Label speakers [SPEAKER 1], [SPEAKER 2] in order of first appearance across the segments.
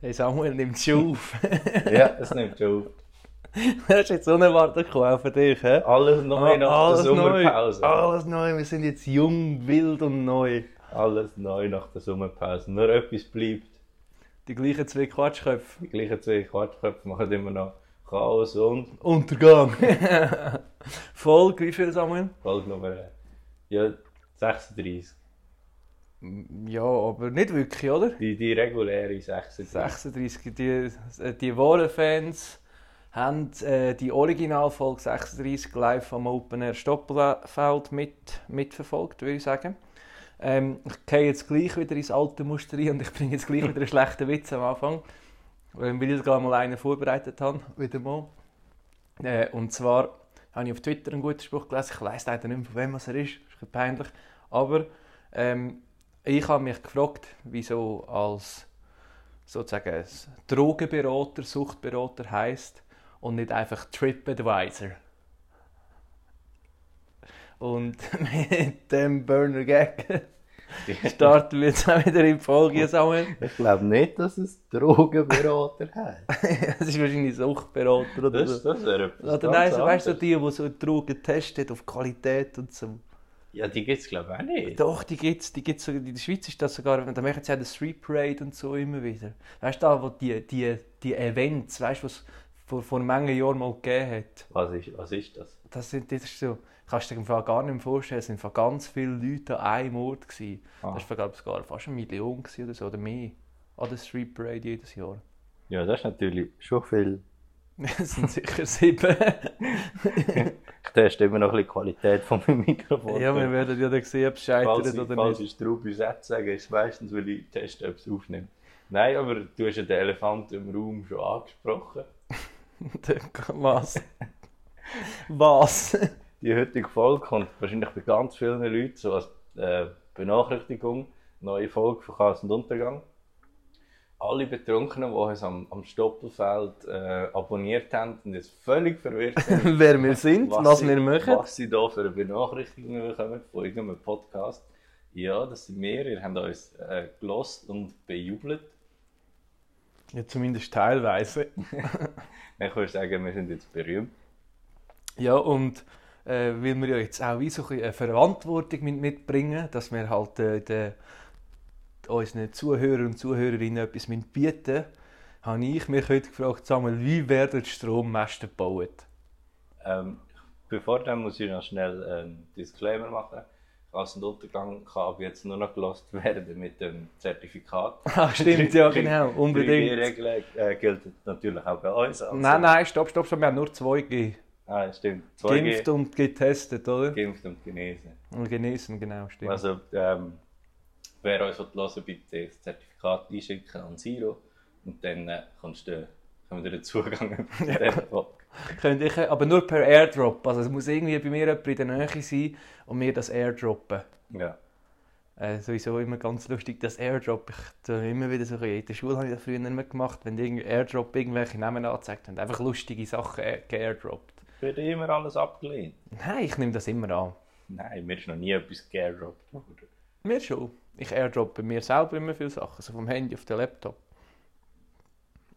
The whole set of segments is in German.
[SPEAKER 1] Hey Samuel, nimmt schon auf.
[SPEAKER 2] Ja, das nimmt schon auf.
[SPEAKER 1] das ist jetzt unerwartet gekommen auch für dich. He?
[SPEAKER 2] Ah, Alles neu Ah. nach der
[SPEAKER 1] alles neu.
[SPEAKER 2] Sommerpause.
[SPEAKER 1] Alles neu. Wir sind jetzt jung, wild und neu.
[SPEAKER 2] Alles neu nach der Sommerpause. Nur etwas bleibt.
[SPEAKER 1] Die gleichen zwei Quatschköpfe.
[SPEAKER 2] Die gleichen zwei Quatschköpfe machen immer noch Chaos und
[SPEAKER 1] Untergang. Folge, wie viel Samuel?
[SPEAKER 2] Folge Nummer äh, ja, 36.
[SPEAKER 1] Ja, aber nicht wirklich, oder?
[SPEAKER 2] Die, die reguläre 36.
[SPEAKER 1] 36. Die, äh, die wahren Fans haben äh, die Originalfolge 36 live am Open Air Stoppelfeld mit, mitverfolgt, würde ich sagen. Ähm, ich gehe jetzt gleich wieder ins alte Muster rein und ich bringe jetzt gleich wieder einen schlechten Witz am Anfang, ähm, weil ich sogar mal einen vorbereitet habe, wieder mal. Äh, und zwar habe ich auf Twitter einen guten Spruch gelesen, ich weiss leider nicht mehr, von wem es er ist, ist ein bisschen peinlich, aber ähm, ich habe mich gefragt, wieso als sozusagen ein Drogenberater, Suchtberater heißt und nicht einfach TripAdvisor. Und mit dem Burner Gag starten wir jetzt auch wieder in die Folge sammeln.
[SPEAKER 2] Ich glaube nicht, dass es Drogenberater hat.
[SPEAKER 1] Das ist wahrscheinlich Suchtberater oder
[SPEAKER 2] Das,
[SPEAKER 1] so.
[SPEAKER 2] das wäre etwas
[SPEAKER 1] Oder
[SPEAKER 2] ganz
[SPEAKER 1] nein, so, weißt du,
[SPEAKER 2] anderes.
[SPEAKER 1] die, die so Drogen testen auf Qualität und so.
[SPEAKER 2] Ja, die gibt es glaube ich auch nicht.
[SPEAKER 1] Doch, die gibt's, die gibt's sogar, in der Schweiz ist das sogar, da machen sie ja den Street Parade und so immer wieder. Weißt du, da, wo die, die, die Events, weißt du, was es vor, vor Mengen Jahren mal gegeben hat.
[SPEAKER 2] Was ist, was ist das?
[SPEAKER 1] Das sind, das ist so, kannst du dir im Fall gar nicht mehr vorstellen, es sind von ganz viele Leute an einem Ort gewesen.
[SPEAKER 2] Ah.
[SPEAKER 1] Das war glaube ich sogar fast eine Million gewesen oder so, oder mehr. An der Street Parade jedes Jahr.
[SPEAKER 2] Ja, das ist natürlich schon viel.
[SPEAKER 1] Es sind sicher sieben.
[SPEAKER 2] Ich teste immer noch ein bisschen die Qualität von meinem Mikrofon.
[SPEAKER 1] ja, wir werden ja dann sehen, ob es scheitert
[SPEAKER 2] Falls ich,
[SPEAKER 1] oder
[SPEAKER 2] falls
[SPEAKER 1] nicht.
[SPEAKER 2] ich Strubi Sätze sage, ist es meistens, weil ich teste, ob es aufnimmt. Nein, aber du hast ja den Elefant im Raum schon angesprochen.
[SPEAKER 1] Was? Was?
[SPEAKER 2] Die heutige Folge kommt wahrscheinlich bei ganz vielen Leuten so als äh, Benachrichtigung. Neue Folge von Chaos und Untergang. Alle Betrunkenen, die uns am, am Stoppelfeld äh, abonniert haben und jetzt völlig verwirrt sind,
[SPEAKER 1] Wer wir sind, was,
[SPEAKER 2] sie-
[SPEAKER 1] wir machen.
[SPEAKER 2] Was sie da für eine Benachrichtigung bekommen von irgendeinem Podcast. Ja, das sind wir. Ihr habt uns äh, gelost und bejubelt.
[SPEAKER 1] Ja, zumindest teilweise.
[SPEAKER 2] Ich würde sagen, wir sind jetzt berühmt.
[SPEAKER 1] Ja, und äh, weil wir ja jetzt auch wie so ein bisschen eine Verantwortung mit, mitbringen, dass wir halt äh, den, unseren Zuhörern und Zuhörerinnen etwas mit bieten müssen, habe ich mich heute gefragt, Samuel, wie werden Strommasten gebaut?
[SPEAKER 2] Ähm, bevor dann muss ich noch schnell einen Disclaimer machen. Als ein Untergang kann ab jetzt nur noch gelost werden mit dem Zertifikat.
[SPEAKER 1] Ah, stimmt, ja, genau,
[SPEAKER 2] Die
[SPEAKER 1] unbedingt.
[SPEAKER 2] Regeln äh, gelten natürlich auch bei uns. also-
[SPEAKER 1] Nein, nein, stopp, stopp, stopp, wir haben nur 2G.
[SPEAKER 2] Ah, stimmt. 2G,
[SPEAKER 1] Geimpft und getestet, oder?
[SPEAKER 2] geimpft und genesen.
[SPEAKER 1] Und genesen, genau, stimmt.
[SPEAKER 2] Also, ähm, wer uns hören will, bitte das Zertifikat einschicken an Zero und dann äh, kommst du, können wir dir den Zugang ja.
[SPEAKER 1] Könnte ich, aber nur per Airdrop. Also es muss irgendwie bei mir jemand in der Nähe sein und mir das airdroppen.
[SPEAKER 2] ja.
[SPEAKER 1] Äh, sowieso immer ganz lustig, das Airdrop. Ich tue immer wieder so, ein bisschen- in der Schule habe ich das früher nicht mehr gemacht, wenn irgendein Airdrop irgendwelche Namen anzeigt und einfach lustige Sachen äh, geairdroppt.
[SPEAKER 2] Wird immer alles abgelehnt?
[SPEAKER 1] Nein, ich nehme das immer an.
[SPEAKER 2] Nein, mir ist noch nie etwas geairdroppt worden.
[SPEAKER 1] Mir schon. Ich airdroppe mir selber immer viele Sachen, so vom Handy auf den Laptop.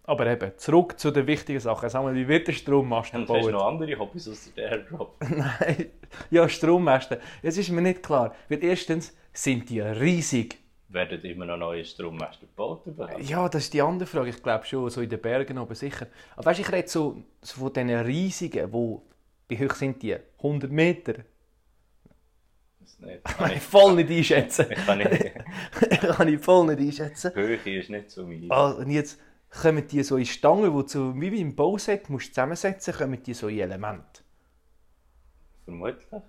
[SPEAKER 1] Aber eben, zurück zu den wichtigen Sachen. Sag mal, wie wird der Strommast
[SPEAKER 2] Und hast du
[SPEAKER 1] gebaut?
[SPEAKER 2] noch andere Hobbys außer der Airdrop?
[SPEAKER 1] Nein. Ja, Strommasten. Es ist mir nicht klar. Weil erstens sind die riesig.
[SPEAKER 2] Werden immer noch neue Strommeister gebaut überhaupt?
[SPEAKER 1] Ja, das ist die andere Frage. Ich glaube schon, so in den Bergen oben sicher. Aber weißt, ich rede so, so von diesen riesigen, wo wie hoch sind die? 100 Meter?
[SPEAKER 2] Das nicht.
[SPEAKER 1] Kann ich voll nicht einschätzen.
[SPEAKER 2] Ich kann nicht.
[SPEAKER 1] Kann ich voll nicht einschätzen.
[SPEAKER 2] Höhe ist nicht so mein.
[SPEAKER 1] Ah, und jetzt kommen die so in Stangen, wo du wie im Bauset musst zusammensetzen, kommen die so in Elemente.
[SPEAKER 2] Vermutlich.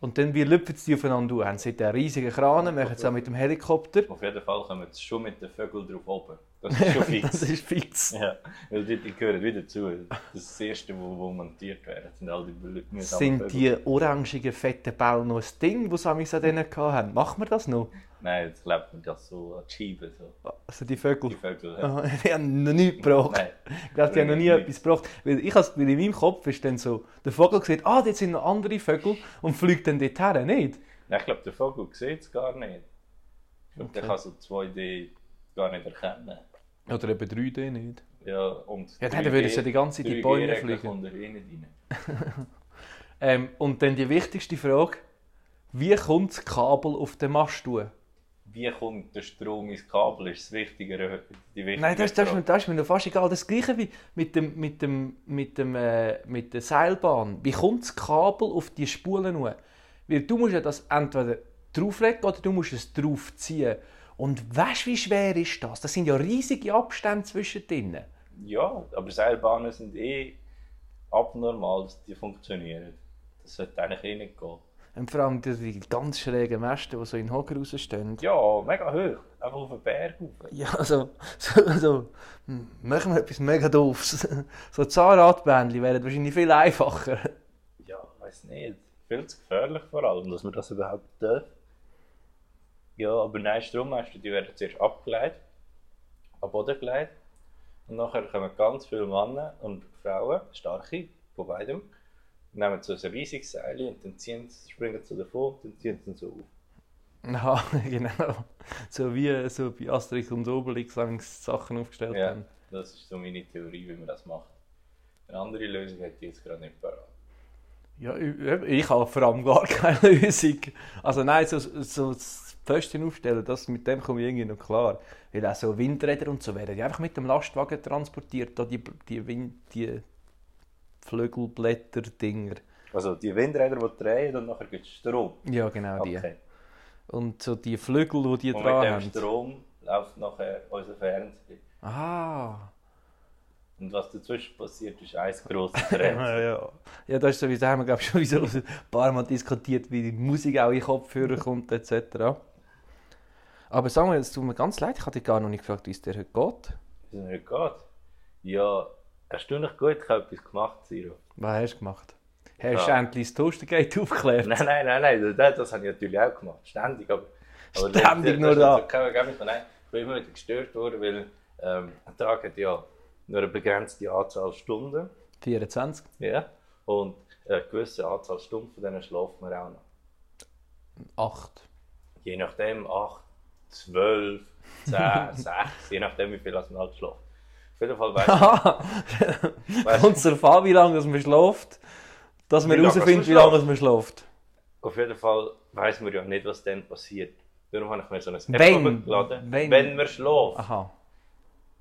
[SPEAKER 1] Und dann wie lüpfen sie die aufeinander an. Haben sie den riesigen
[SPEAKER 2] Oh,
[SPEAKER 1] Kranen, machen es auch mit dem Helikopter.
[SPEAKER 2] Auf jeden Fall kommen jetzt schon mit den Vögeln drauf oben. Das ist schon
[SPEAKER 1] Das
[SPEAKER 2] fix.
[SPEAKER 1] ist fix.
[SPEAKER 2] ja, Dus weil die, die gehören wieder zu. Das ist das erste, wo, wo montiert werden, sind all die blöden mühsamen
[SPEAKER 1] Sind die orangigen, fetten Bälle noch ein Ding, das Samis an denen hatten? Machen wir das noch?
[SPEAKER 2] Nein, jetzt glaubt man das so achieve, so.
[SPEAKER 1] Also die
[SPEAKER 2] Die
[SPEAKER 1] Vögel.
[SPEAKER 2] Vögel. Ja.
[SPEAKER 1] Aha, die haben noch nichts gebracht.
[SPEAKER 2] Nein.
[SPEAKER 1] Ich glaube, die haben noch nie
[SPEAKER 2] Nein.
[SPEAKER 1] etwas gebracht. Weil, ich has, weil in meinem Kopf ist dann so, der Vogel sieht, ah, dort sind noch andere Vögel und fliegt dann dort her, nicht?
[SPEAKER 2] Nein, ich glaube, der Vogel sieht es gar nicht. Ich glaube, der
[SPEAKER 1] Okay.
[SPEAKER 2] kann so 2D gar nicht erkennen.
[SPEAKER 1] Oder eben 3D nicht.
[SPEAKER 2] Ja, und
[SPEAKER 1] Ja, dann würden sie die ganze Zeit in die Bäume fliegen.
[SPEAKER 2] kommt er eh nicht rein.
[SPEAKER 1] Ähm, und dann die wichtigste Frage. Wie kommt das Kabel auf den Mast? Tun?
[SPEAKER 2] Wie kommt der Strom ins Kabel? Ist das wichtigere, die wichtigere
[SPEAKER 1] Nein, das, das, ist mir,
[SPEAKER 2] Frage.
[SPEAKER 1] das ist mir noch fast egal. Das gleiche wie mit, dem, mit, dem, mit, dem, äh, mit der Seilbahn. Wie kommt das Kabel auf die Spulen nur? Weil du musst ja das entweder drauflegen oder du musst es draufziehen. Und weißt du, wie schwer ist das? Das sind ja riesige Abstände zwischen denen.
[SPEAKER 2] Ja, aber Seilbahnen sind eh abnormal, dass die funktionieren. Das sollte eigentlich eh nicht gehen.
[SPEAKER 1] Und vor allem die die ganz schrägen Mäste, die so in den Hocker rausstehen.
[SPEAKER 2] Ja, mega hoch. Einfach auf den Berg rauf.
[SPEAKER 1] Ja, also, so, so, hm, machen wir etwas mega Doofes. So Zahnradbändchen wären wahrscheinlich viel einfacher.
[SPEAKER 2] Ja, weiß nicht. Viel zu gefährlich vor allem, dass man das überhaupt dürfen. Ja, aber nein, Strommasten, die werden zuerst abgeleitet, am Boden geleitet. Und nachher kommen ganz viele Männer und Frauen, starke, von beidem, nehmen so ein riesiges Seil und dann ziehen sie, springen sie davon und dann ziehen sie ihn so auf.
[SPEAKER 1] Ja, genau. So wie so bei Asterix und Obelix langsam Sachen aufgestellt
[SPEAKER 2] Ja,
[SPEAKER 1] haben.
[SPEAKER 2] das ist so meine Theorie, wie man das macht. Eine andere Lösung hätte ich jetzt gerade nicht parat.
[SPEAKER 1] Ja, ich, ich habe vor allem gar keine Lösung. Also nein, so, so das Pföstchen aufstellen, das, mit dem komme ich irgendwie noch klar. Weil auch so Windräder und so werden die einfach mit dem Lastwagen transportiert, da die, die Wind, die Flügelblätter-Dinger.
[SPEAKER 2] Also die Windräder, die drehen und nachher geht Strom.
[SPEAKER 1] Ja, genau die.
[SPEAKER 2] Okay.
[SPEAKER 1] Und so die Flügel, die die
[SPEAKER 2] Und mit
[SPEAKER 1] dran
[SPEAKER 2] dem
[SPEAKER 1] haben.
[SPEAKER 2] Strom läuft nachher unser Fernsehen.
[SPEAKER 1] Ah,
[SPEAKER 2] Und was dazwischen passiert, ist ein grosses Rätsel.
[SPEAKER 1] ja. Ja, das ist sowieso, haben wir glaube ich schon wieder ein paar Mal diskutiert, wie die Musik auch in den Kopfhörer kommt etc. Aber Samuel, es tut mir ganz leid, ich habe dich gar noch nicht gefragt, wie es dir heute geht.
[SPEAKER 2] Wie es mir geht. Ja, erstaunlich gut, ich habe etwas gemacht, Siro.
[SPEAKER 1] Was hast du gemacht? Hast du
[SPEAKER 2] Ja.
[SPEAKER 1] endlich das Toastergate aufgeklärt?
[SPEAKER 2] Nein, nein, nein, nein, das, das habe ich natürlich auch gemacht. Ständig, aber. aber
[SPEAKER 1] Ständig
[SPEAKER 2] das- das-
[SPEAKER 1] nur
[SPEAKER 2] das hat
[SPEAKER 1] da.
[SPEAKER 2] so keine Ergebnis. Nein, ich bin immer wieder gestört worden, weil ähm, ein Tag hat ja nur eine begrenzte Anzahl Stunden.
[SPEAKER 1] 24.
[SPEAKER 2] Ja. Und eine gewisse Anzahl Stunden von denen schlafen wir auch noch.
[SPEAKER 1] 8.
[SPEAKER 2] Je nachdem 8, 12, 10, 6, je nachdem wie viel als man halt schläft. Auf jeden Fall weiss weiss-
[SPEAKER 1] Kommt es darauf an, wie lange dass man schläft, dass man
[SPEAKER 2] Wie lange
[SPEAKER 1] herausfindet,
[SPEAKER 2] dass
[SPEAKER 1] wie
[SPEAKER 2] man
[SPEAKER 1] lange dass man schläft.
[SPEAKER 2] Auf jeden Fall weiß man ja nicht, was dann passiert. Darum habe ich mir so eine App
[SPEAKER 1] Wenn.
[SPEAKER 2] runtergeladen.
[SPEAKER 1] Wenn.
[SPEAKER 2] Wenn, man schläft,
[SPEAKER 1] Aha.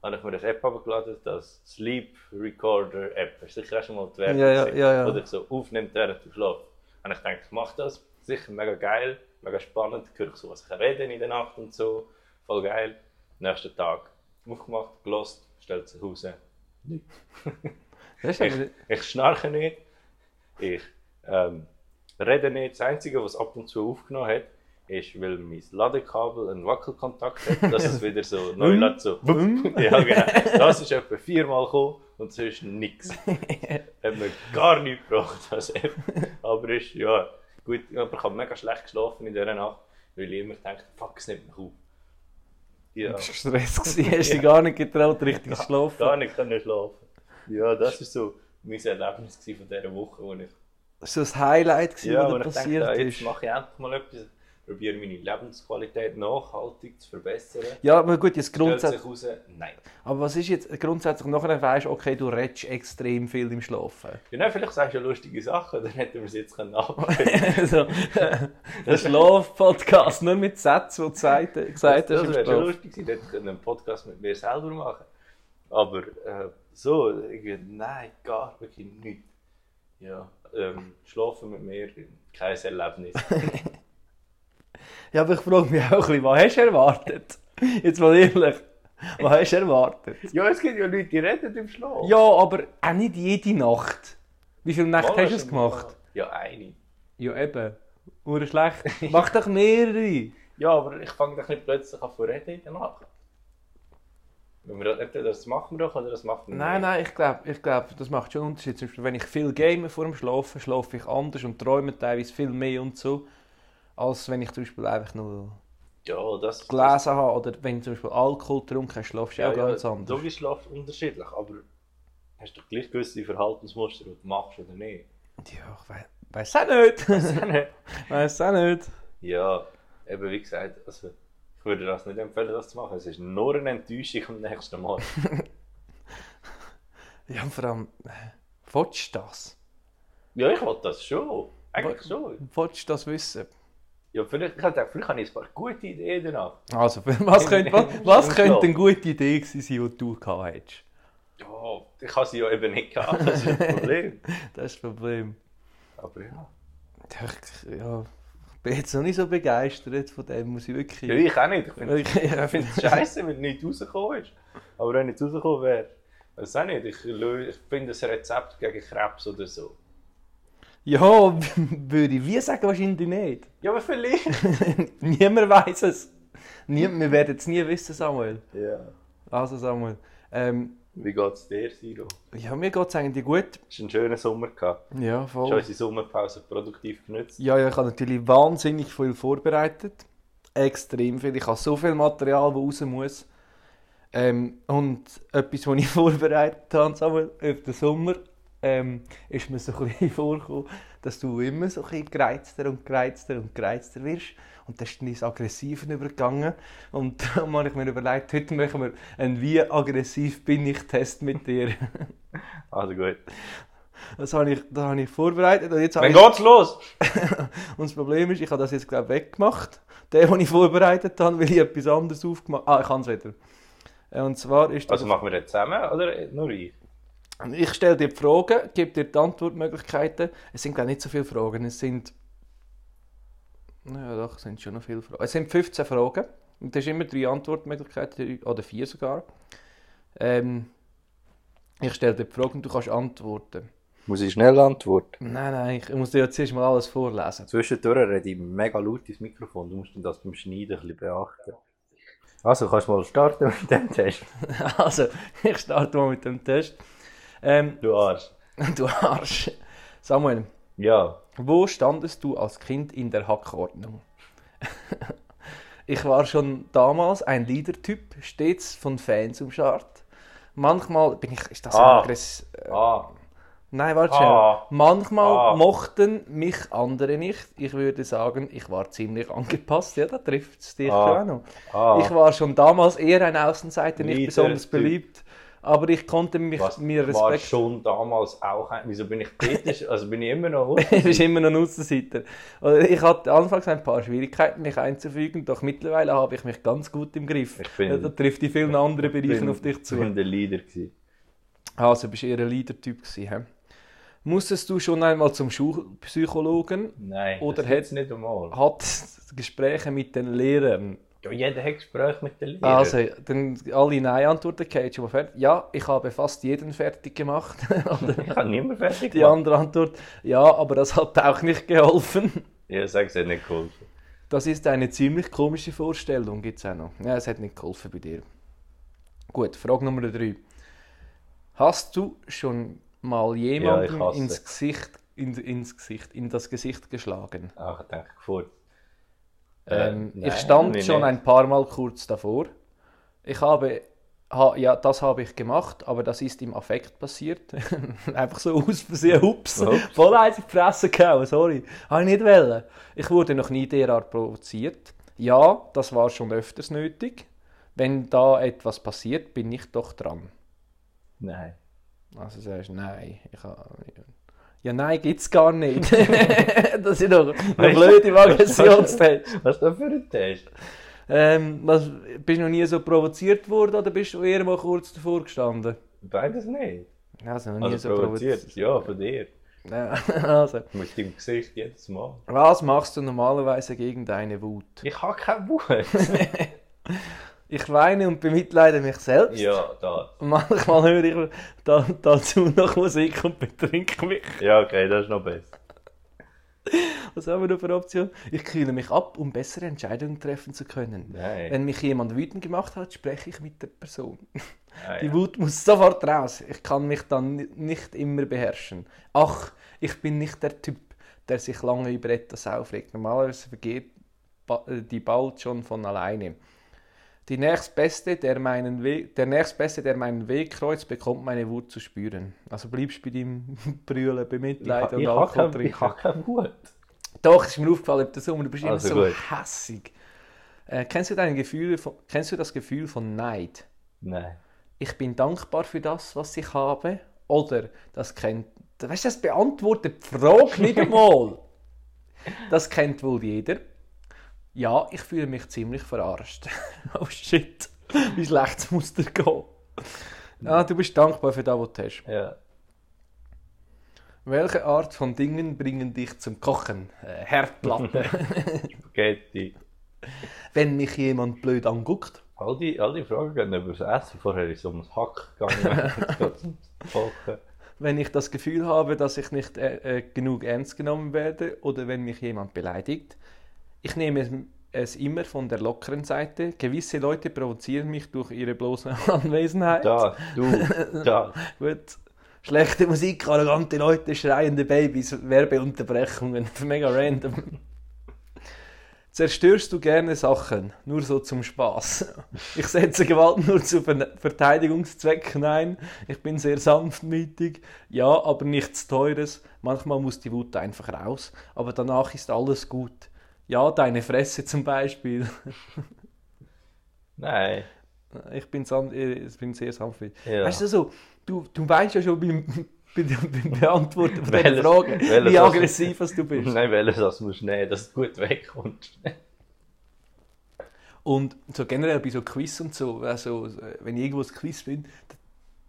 [SPEAKER 2] habe ich mir eine App runtergeladen, das Sleep Recorder App. Ist sicher auch schon mal die Werbung
[SPEAKER 1] Ja, ja,
[SPEAKER 2] gesehen,
[SPEAKER 1] ja, ja.
[SPEAKER 2] Wo dich so aufnimmt, während du schläfst. Und ich denke, ich mache das. Sicher mega geil, mega spannend. Ich höre so, was ich rede in der Nacht und so. Voll geil. Nächsten Tag aufgemacht, gelost, stellt sich raus.
[SPEAKER 1] Das ist
[SPEAKER 2] Ich,
[SPEAKER 1] aber-
[SPEAKER 2] ich schnarche nicht, ich ähm, rede nicht. Das Einzige, was ab und zu aufgenommen hat, ist, weil mein Ladekabel einen Wackelkontakt hat, dass es wieder so neu lädt. So.
[SPEAKER 1] Wumm.
[SPEAKER 2] Ja, genau. Das ist etwa viermal gekommen und sonst nichts. Hat mir gar nichts gebracht. Also, eben. aber ist, ja, gut. Aber ich habe mega schlecht geschlafen in dieser Nacht, weil ich immer denke, fuck, es nimmt mich auf. Ja,
[SPEAKER 1] Das war Stress, gewesen. hast dich gar nicht getraut, richtig zu schlafen.
[SPEAKER 2] gar nicht können schlafen. Ja, das ist so mein Erlebnis gewesen von dieser Woche, wo ich
[SPEAKER 1] Das war so ein Highlight, gewesen,
[SPEAKER 2] Ja,
[SPEAKER 1] was
[SPEAKER 2] und
[SPEAKER 1] da
[SPEAKER 2] ich denke, ah,
[SPEAKER 1] passiert
[SPEAKER 2] jetzt
[SPEAKER 1] ist.
[SPEAKER 2] mache ich endlich mal etwas, probiere meine Lebensqualität nachhaltig zu verbessern.
[SPEAKER 1] Ja, aber gut, jetzt
[SPEAKER 2] Stellt
[SPEAKER 1] grundsätzlich.
[SPEAKER 2] sich raus, nein.
[SPEAKER 1] Aber was ist jetzt grundsätzlich nachher weisst, okay, du redest extrem viel im Schlafen.
[SPEAKER 2] Ja, nein, vielleicht sagst du ja lustige Sachen, dann hätten wir es jetzt können abgeben.
[SPEAKER 1] also, der Schlaf-Podcast, nur mit Sätzen, die du gesagt
[SPEAKER 2] Das,
[SPEAKER 1] gesagt hast
[SPEAKER 2] das
[SPEAKER 1] im
[SPEAKER 2] wäre schon
[SPEAKER 1] Schlaf.
[SPEAKER 2] lustig gewesen, dann hätte ich einen Podcast mit mir selber machen Aber äh, so, irgendwie, nein, gar wirklich nicht. Ja, ähm, schlafen mit mir, kein Erlebnis.
[SPEAKER 1] Ja, aber ich frage mich auch ein bisschen, was hast du erwartet? Jetzt mal ehrlich, was hast du erwartet?
[SPEAKER 2] ja, es gibt ja Leute, die reden im Schlaf.
[SPEAKER 1] Ja, aber auch nicht jede Nacht. Wie viele Nächte
[SPEAKER 2] Mal
[SPEAKER 1] hast du es
[SPEAKER 2] schon-
[SPEAKER 1] gemacht?
[SPEAKER 2] Ja, eine.
[SPEAKER 1] Ja, eben. Ur schlecht. Mach doch mehrere.
[SPEAKER 2] Ja, aber ich fange doch nicht plötzlich an zu reden in der Nacht. Wenn wir das, entweder das machen wir doch oder das machen wir
[SPEAKER 1] Nein, nein, ich glaube, ich glaub, das macht schon einen Unterschied. Zum Beispiel, wenn ich viel game vor dem Schlafen, schlafe ich anders und träume teilweise viel mehr und so, als wenn ich zum Beispiel einfach nur
[SPEAKER 2] nicht. Ja, das
[SPEAKER 1] gelesen habe oder wenn zum Beispiel Alkohol getrunken hast, schlafst du
[SPEAKER 2] ja,
[SPEAKER 1] auch
[SPEAKER 2] ja,
[SPEAKER 1] ganz anders.
[SPEAKER 2] Du schlafst unterschiedlich, aber hast doch gleich gewisse Verhaltensmuster, die du machst oder nicht.
[SPEAKER 1] Ja, ich we weiß auch nicht. weiß auch nicht.
[SPEAKER 2] ja, eben wie gesagt, also, Ich würde das nicht empfehlen, das zu machen. Es ist nur eine Enttäuschung am nächsten Morgen.
[SPEAKER 1] Ja, und vor allem, äh, willst du das?
[SPEAKER 2] ja, ich wollte das schon. Eigentlich schon.
[SPEAKER 1] Willst du das wissen?
[SPEAKER 2] Ja, vielleicht, ich habe vielleicht habe ich ein paar gute Ideen danach.
[SPEAKER 1] Also, was könnte, was, was könnte eine gute Idee gewesen sein, die du gehabt hättest?
[SPEAKER 2] Ja, ich habe sie ja eben nicht gehabt. Das ist das Problem.
[SPEAKER 1] Das ist das Problem.
[SPEAKER 2] Aber ja.
[SPEAKER 1] Ja, ich- Ja, ich bin jetzt noch nicht so begeistert von dem, muss ich
[SPEAKER 2] ja
[SPEAKER 1] wirklich...
[SPEAKER 2] ich auch nicht. Ich finde
[SPEAKER 1] Ich- ja,
[SPEAKER 2] Ich finde es scheiße, wenn nichts rausgekommen ist. Aber wenn nichts rausgekommen wäre, weiß auch nicht. Ich, lö- ich finde ein Rezept gegen Krebs oder so.
[SPEAKER 1] ja, würde ich wie sagen, wahrscheinlich nicht.
[SPEAKER 2] Ja, aber vielleicht.
[SPEAKER 1] Niemand weiß es. Nie, wir werden es nie wissen, Samuel.
[SPEAKER 2] ja.
[SPEAKER 1] Also Samuel, ähm,
[SPEAKER 2] Wie geht es dir, Siro?
[SPEAKER 1] ja, mir geht es eigentlich gut.
[SPEAKER 2] Hast du einen schönen Sommer gehabt?
[SPEAKER 1] Ja,
[SPEAKER 2] Hast du
[SPEAKER 1] voll.
[SPEAKER 2] unsere Sommerpause produktiv genutzt?
[SPEAKER 1] Ja, ja, ich habe natürlich wahnsinnig viel vorbereitet. Extrem viel. Ich habe so viel Material, das raus muss. Ähm, und etwas, was ich vorbereitet habe, Samuel, auf den Sommer, ähm, ist mir so ein bisschen vorgekommen, dass du immer so ein bisschen gereizter und gereizter und gereizter wirst. Und das ist dann ins Aggressiven übergegangen. Und darum habe ich mir überlegt, heute machen wir einen «Wie aggressiv bin ich?» Test mit dir.
[SPEAKER 2] Also gut.
[SPEAKER 1] Das habe ich, das habe ich vorbereitet. Und jetzt habe
[SPEAKER 2] Wann
[SPEAKER 1] ich
[SPEAKER 2] geht's los?
[SPEAKER 1] Und das Problem ist, ich habe das jetzt glaube ich weggemacht. Den, den ich vorbereitet habe, weil ich etwas anderes aufgemacht habe. Ah, ich kann es wieder. Äh, Und zwar ist das...
[SPEAKER 2] Also machen wir das zusammen oder nur ich?
[SPEAKER 1] ich stelle dir die Fragen, gebe dir die Antwortmöglichkeiten. Es sind glaube ich nicht so viele Fragen, es sind... Naja doch, es sind schon noch viele Fragen. Es sind 15 Fragen. Und es sind immer drei Antwortmöglichkeiten, drei- oder vier sogar. Ähm, ich stelle dir die Fragen und du kannst antworten.
[SPEAKER 2] Muss ich schnell antworten?
[SPEAKER 1] Nein, nein, ich muss dir jetzt erst mal alles vorlesen.
[SPEAKER 2] Zwischendurch rede ich mega laut ins Mikrofon. Du musst das beim Schneiden ein bisschen beachten. Also, kannst du mal starten mit dem Test?
[SPEAKER 1] Also, ich starte mal mit dem Test. Ähm,
[SPEAKER 2] Du Arsch.
[SPEAKER 1] Du Arsch. Samuel,
[SPEAKER 2] Ja.
[SPEAKER 1] wo standest du als Kind in der Hackordnung? ich war schon damals ein Leadertyp, stets von Fans umschart. Manchmal bin ich. Ist das
[SPEAKER 2] Ah.
[SPEAKER 1] ein Aggress äh,
[SPEAKER 2] Ah.
[SPEAKER 1] Nein, warte schnell.
[SPEAKER 2] Ah.
[SPEAKER 1] Manchmal
[SPEAKER 2] Ah.
[SPEAKER 1] mochten mich andere nicht. Ich würde sagen, ich war ziemlich angepasst. Ja, da trifft es dich
[SPEAKER 2] Ah.
[SPEAKER 1] schon auch noch.
[SPEAKER 2] Ah.
[SPEAKER 1] Ich war schon damals eher ein Außenseiter, nicht besonders
[SPEAKER 2] Leadertyp.
[SPEAKER 1] beliebt. Aber ich konnte mich,
[SPEAKER 2] Was,
[SPEAKER 1] mir
[SPEAKER 2] ich war
[SPEAKER 1] Respekt
[SPEAKER 2] schon damals auch ein... Wieso bin ich kritisch? Also bin ich immer noch raus?
[SPEAKER 1] Er ist immer noch ein Aussenseiter. Oder Ich hatte anfangs ein paar Schwierigkeiten, mich einzufügen, doch mittlerweile habe ich mich ganz gut im Griff.
[SPEAKER 2] Ich bin-
[SPEAKER 1] Ja, da trifft in vielen anderen Bereichen auf dich
[SPEAKER 2] Ich
[SPEAKER 1] zu.
[SPEAKER 2] bin der Leader. Gewesen.
[SPEAKER 1] Also bist du eher ein Leader-Typ gewesen, hä? Musstest du schon einmal zum Schu- Psychologen?
[SPEAKER 2] Nein,
[SPEAKER 1] Oder
[SPEAKER 2] das hat's nicht einmal.
[SPEAKER 1] Hat Ah. Gespräche mit den Lehrern?
[SPEAKER 2] Ja, jeder hat Gespräche mit den Lehrern.
[SPEAKER 1] Also, dann alle Nein-Antworten gehen schon mal fertig. Ja, ich habe fast jeden fertig gemacht. Oder
[SPEAKER 2] ich habe niemand fertig
[SPEAKER 1] die
[SPEAKER 2] gemacht.
[SPEAKER 1] andere Antwort, ja, aber das hat auch nicht geholfen.
[SPEAKER 2] Ja, sag es hat nicht geholfen.
[SPEAKER 1] Das ist eine ziemlich komische Vorstellung, gibt es auch noch. Ja, es hat nicht geholfen bei dir. Gut, Frage Nummer 3. Hast du schon mal jemandem
[SPEAKER 2] Ja, ich hasse.
[SPEAKER 1] ins Gesicht, in, ins Gesicht, in das Gesicht geschlagen?
[SPEAKER 2] Ah, ich dachte, gefurzt.
[SPEAKER 1] Ähm,
[SPEAKER 2] Äh, nein,
[SPEAKER 1] ich stand
[SPEAKER 2] hab ich
[SPEAKER 1] schon
[SPEAKER 2] nicht.
[SPEAKER 1] ein paar Mal kurz davor. Ich habe, ha, ja, das habe ich gemacht, aber das ist im Affekt passiert. Einfach so aus Versehen, ups,
[SPEAKER 2] Ups.
[SPEAKER 1] voll eins in die Fresse gehauen, sorry. Habe ich nicht wollen. Ich wurde noch nie derart provoziert. Ja, das war schon öfters nötig. Wenn da etwas passiert, bin ich doch dran.
[SPEAKER 2] Nein.
[SPEAKER 1] Also sagst du, nein, ich habe... Ja, nein, gibt's gar nicht. das ist doch eine
[SPEAKER 2] Weißt du-
[SPEAKER 1] blöde Aggressionstest.
[SPEAKER 2] Was ist das für ein Test?
[SPEAKER 1] Ähm, was, bist du noch nie so provoziert worden oder bist du eher mal kurz davor gestanden?
[SPEAKER 2] Beides nicht.
[SPEAKER 1] Also noch nie
[SPEAKER 2] Also
[SPEAKER 1] so
[SPEAKER 2] provoziert.
[SPEAKER 1] provoziert.
[SPEAKER 2] Ja, von dir.
[SPEAKER 1] Ja, also.
[SPEAKER 2] Mit deinem Gesicht jedes Mal.
[SPEAKER 1] Was machst du normalerweise gegen deine Wut?
[SPEAKER 2] Ich habe keine Wut.
[SPEAKER 1] Ich weine und bemitleide mich selbst.
[SPEAKER 2] ja, da.
[SPEAKER 1] Manchmal höre ich da, dazu noch Musik und betrinke mich.
[SPEAKER 2] Ja, okay, das ist noch besser.
[SPEAKER 1] Was haben wir noch für eine Option? Ich kühle mich ab, um bessere Entscheidungen treffen zu können.
[SPEAKER 2] Nein.
[SPEAKER 1] Wenn mich jemand wütend gemacht hat, spreche ich mit der Person.
[SPEAKER 2] Nein.
[SPEAKER 1] Die Wut muss sofort raus. Ich kann mich dann ni- nicht immer beherrschen. Ach, ich bin nicht der Typ, der sich lange über etwas aufregt. Normalerweise vergeht ba äh, die bald schon von alleine. Die nächstbeste, der, meinen We der nächstbeste, der meinen Weg kreuzt, bekommt meine Wut zu spüren. Also bleibst bei deinem Brüllen,
[SPEAKER 2] ich ha-
[SPEAKER 1] Bemitleiden
[SPEAKER 2] ich
[SPEAKER 1] und
[SPEAKER 2] habe
[SPEAKER 1] Alkohol
[SPEAKER 2] keine, ich
[SPEAKER 1] trinken.
[SPEAKER 2] hab keine Wut.
[SPEAKER 1] Doch, ist mir aufgefallen, ob das Sommer, du bist
[SPEAKER 2] Also
[SPEAKER 1] immer so
[SPEAKER 2] gut.
[SPEAKER 1] hässig. Äh, kennst, du dein Gefühl von, kennst du das Gefühl von Neid?
[SPEAKER 2] Nein.
[SPEAKER 1] Ich bin dankbar für das, was ich habe. Oder das kennt. Weißt du, das beantwortet die Frage nicht einmal. Das kennt wohl jeder. Ja, ich fühle mich ziemlich verarscht. oh shit, wie schlecht muss dir gehen. Ah, du bist dankbar für das, was du hast.
[SPEAKER 2] Ja.
[SPEAKER 1] Welche Art von Dingen bringen dich zum Kochen? Äh, Herdplatte.
[SPEAKER 2] Spaghetti.
[SPEAKER 1] Wenn mich jemand blöd anguckt.
[SPEAKER 2] All die, all die Fragen gehen über das Essen. Vorher ist es ums Hack gegangen. Jetzt geht es ums Kochen.
[SPEAKER 1] Wenn ich das Gefühl habe, dass ich nicht äh, äh, genug ernst genommen werde oder wenn mich jemand beleidigt. Ich nehme es, es immer von der lockeren Seite. Gewisse Leute provozieren mich durch ihre bloße Anwesenheit.
[SPEAKER 2] Da, du, da.
[SPEAKER 1] Gut. Schlechte Musik, arrogante Leute, schreiende Babys, Werbeunterbrechungen. Mega random. Zerstörst du gerne Sachen, nur so zum Spaß. Ich setze Gewalt nur zu Ver Verteidigungszwecken ein. Ich bin sehr sanftmütig. Ja, aber nichts Teures. Manchmal muss die Wut einfach raus. Aber danach ist alles gut. Ja, deine Fresse zum Beispiel.
[SPEAKER 2] Nein.
[SPEAKER 1] Ich bin, san äh, ich bin sehr sanftmütig.
[SPEAKER 2] Ja.
[SPEAKER 1] Weißt du, so, du, du weißt ja schon beim, bei der- beim Beantworten von dieser
[SPEAKER 2] Welches-
[SPEAKER 1] Frage,
[SPEAKER 2] welches
[SPEAKER 1] wie
[SPEAKER 2] hast du-
[SPEAKER 1] aggressiv dass du bist.
[SPEAKER 2] Nein, welches das musst du nehmen, dass du gut wegkommst.
[SPEAKER 1] Und so generell bei so Quiz und so, also äh, wenn ich irgendwo ein Quiz bin, d-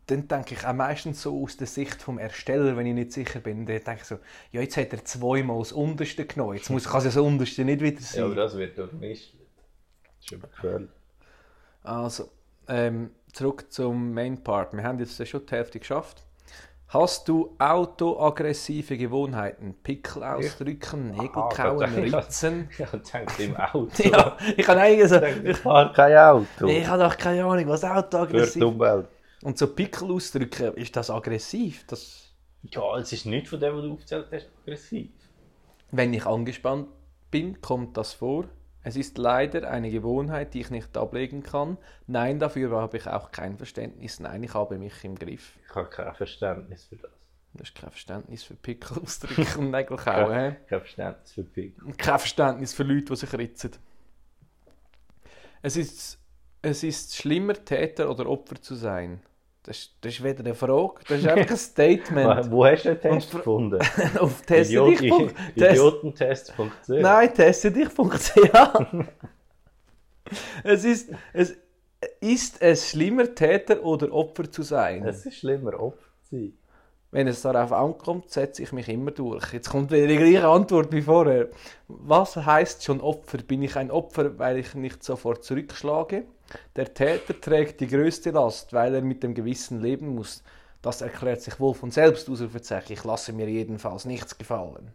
[SPEAKER 1] dann denke ich auch meistens so aus der Sicht vom Ersteller, wenn ich nicht sicher bin, dann denke ich so, ja jetzt hat er zweimal das Unterste genommen, jetzt muss, kann es ja das Unterste nicht wieder
[SPEAKER 2] Ja,
[SPEAKER 1] sein.
[SPEAKER 2] aber das wird durchmischt. Das ist immer gefährlich.
[SPEAKER 1] Also, ähm, zurück zum Main Part. Wir haben jetzt schon die Hälfte geschafft. Hast du autoaggressive Gewohnheiten? Pickel ausdrücken, Nägel
[SPEAKER 2] Ah,
[SPEAKER 1] kauen,
[SPEAKER 2] Gott, ich-
[SPEAKER 1] ritzen?
[SPEAKER 2] Ich denke im Auto.
[SPEAKER 1] Ja, ich kann eigentlich so,
[SPEAKER 2] Ich fahre kein Auto.
[SPEAKER 1] ich habe doch keine Ahnung, was
[SPEAKER 2] Für die
[SPEAKER 1] autoaggressiv
[SPEAKER 2] Umwelt.
[SPEAKER 1] Und so Pickel ausdrücken, ist das aggressiv? Das,
[SPEAKER 2] Ja, es ist nichts von dem, was du aufgezählt hast, aggressiv.
[SPEAKER 1] wenn ich angespannt bin, kommt das vor. Es ist leider eine Gewohnheit, die ich nicht ablegen kann. Nein, dafür habe ich auch kein Verständnis. Nein, ich habe mich im Griff.
[SPEAKER 2] Ich habe kein Verständnis für das.
[SPEAKER 1] Du hast kein Verständnis für Pickel ausdrücken und Nägel kauen. hä?
[SPEAKER 2] Kein Verständnis für Pickel.
[SPEAKER 1] Und kein Verständnis für Leute, die sich ritzen. Es ist, es ist schlimmer, Täter oder Opfer zu sein. Das ist, das ist weder eine Frage, das ist einfach ein Statement.
[SPEAKER 2] Wo hast du den Test
[SPEAKER 1] und Fra-
[SPEAKER 2] gefunden?
[SPEAKER 1] Auf Teste dich. Punkt. Test-
[SPEAKER 2] Idiotentest.ch
[SPEAKER 1] Nein, teste dich, ja. es, ist, es ist es schlimmer, Täter oder Opfer zu sein.
[SPEAKER 2] Es ist schlimmer, Opfer zu sein.
[SPEAKER 1] Wenn es darauf ankommt, setze ich mich immer durch. Jetzt kommt wieder die gleiche Antwort wie vorher. Was heißt schon Opfer? Bin ich ein Opfer, weil ich nicht sofort zurückschlage? Der Täter trägt die größte Last, weil er mit dem Gewissen leben muss. Das erklärt sich wohl von selbst, Ausrufezeichen. Ich lasse mir jedenfalls nichts gefallen.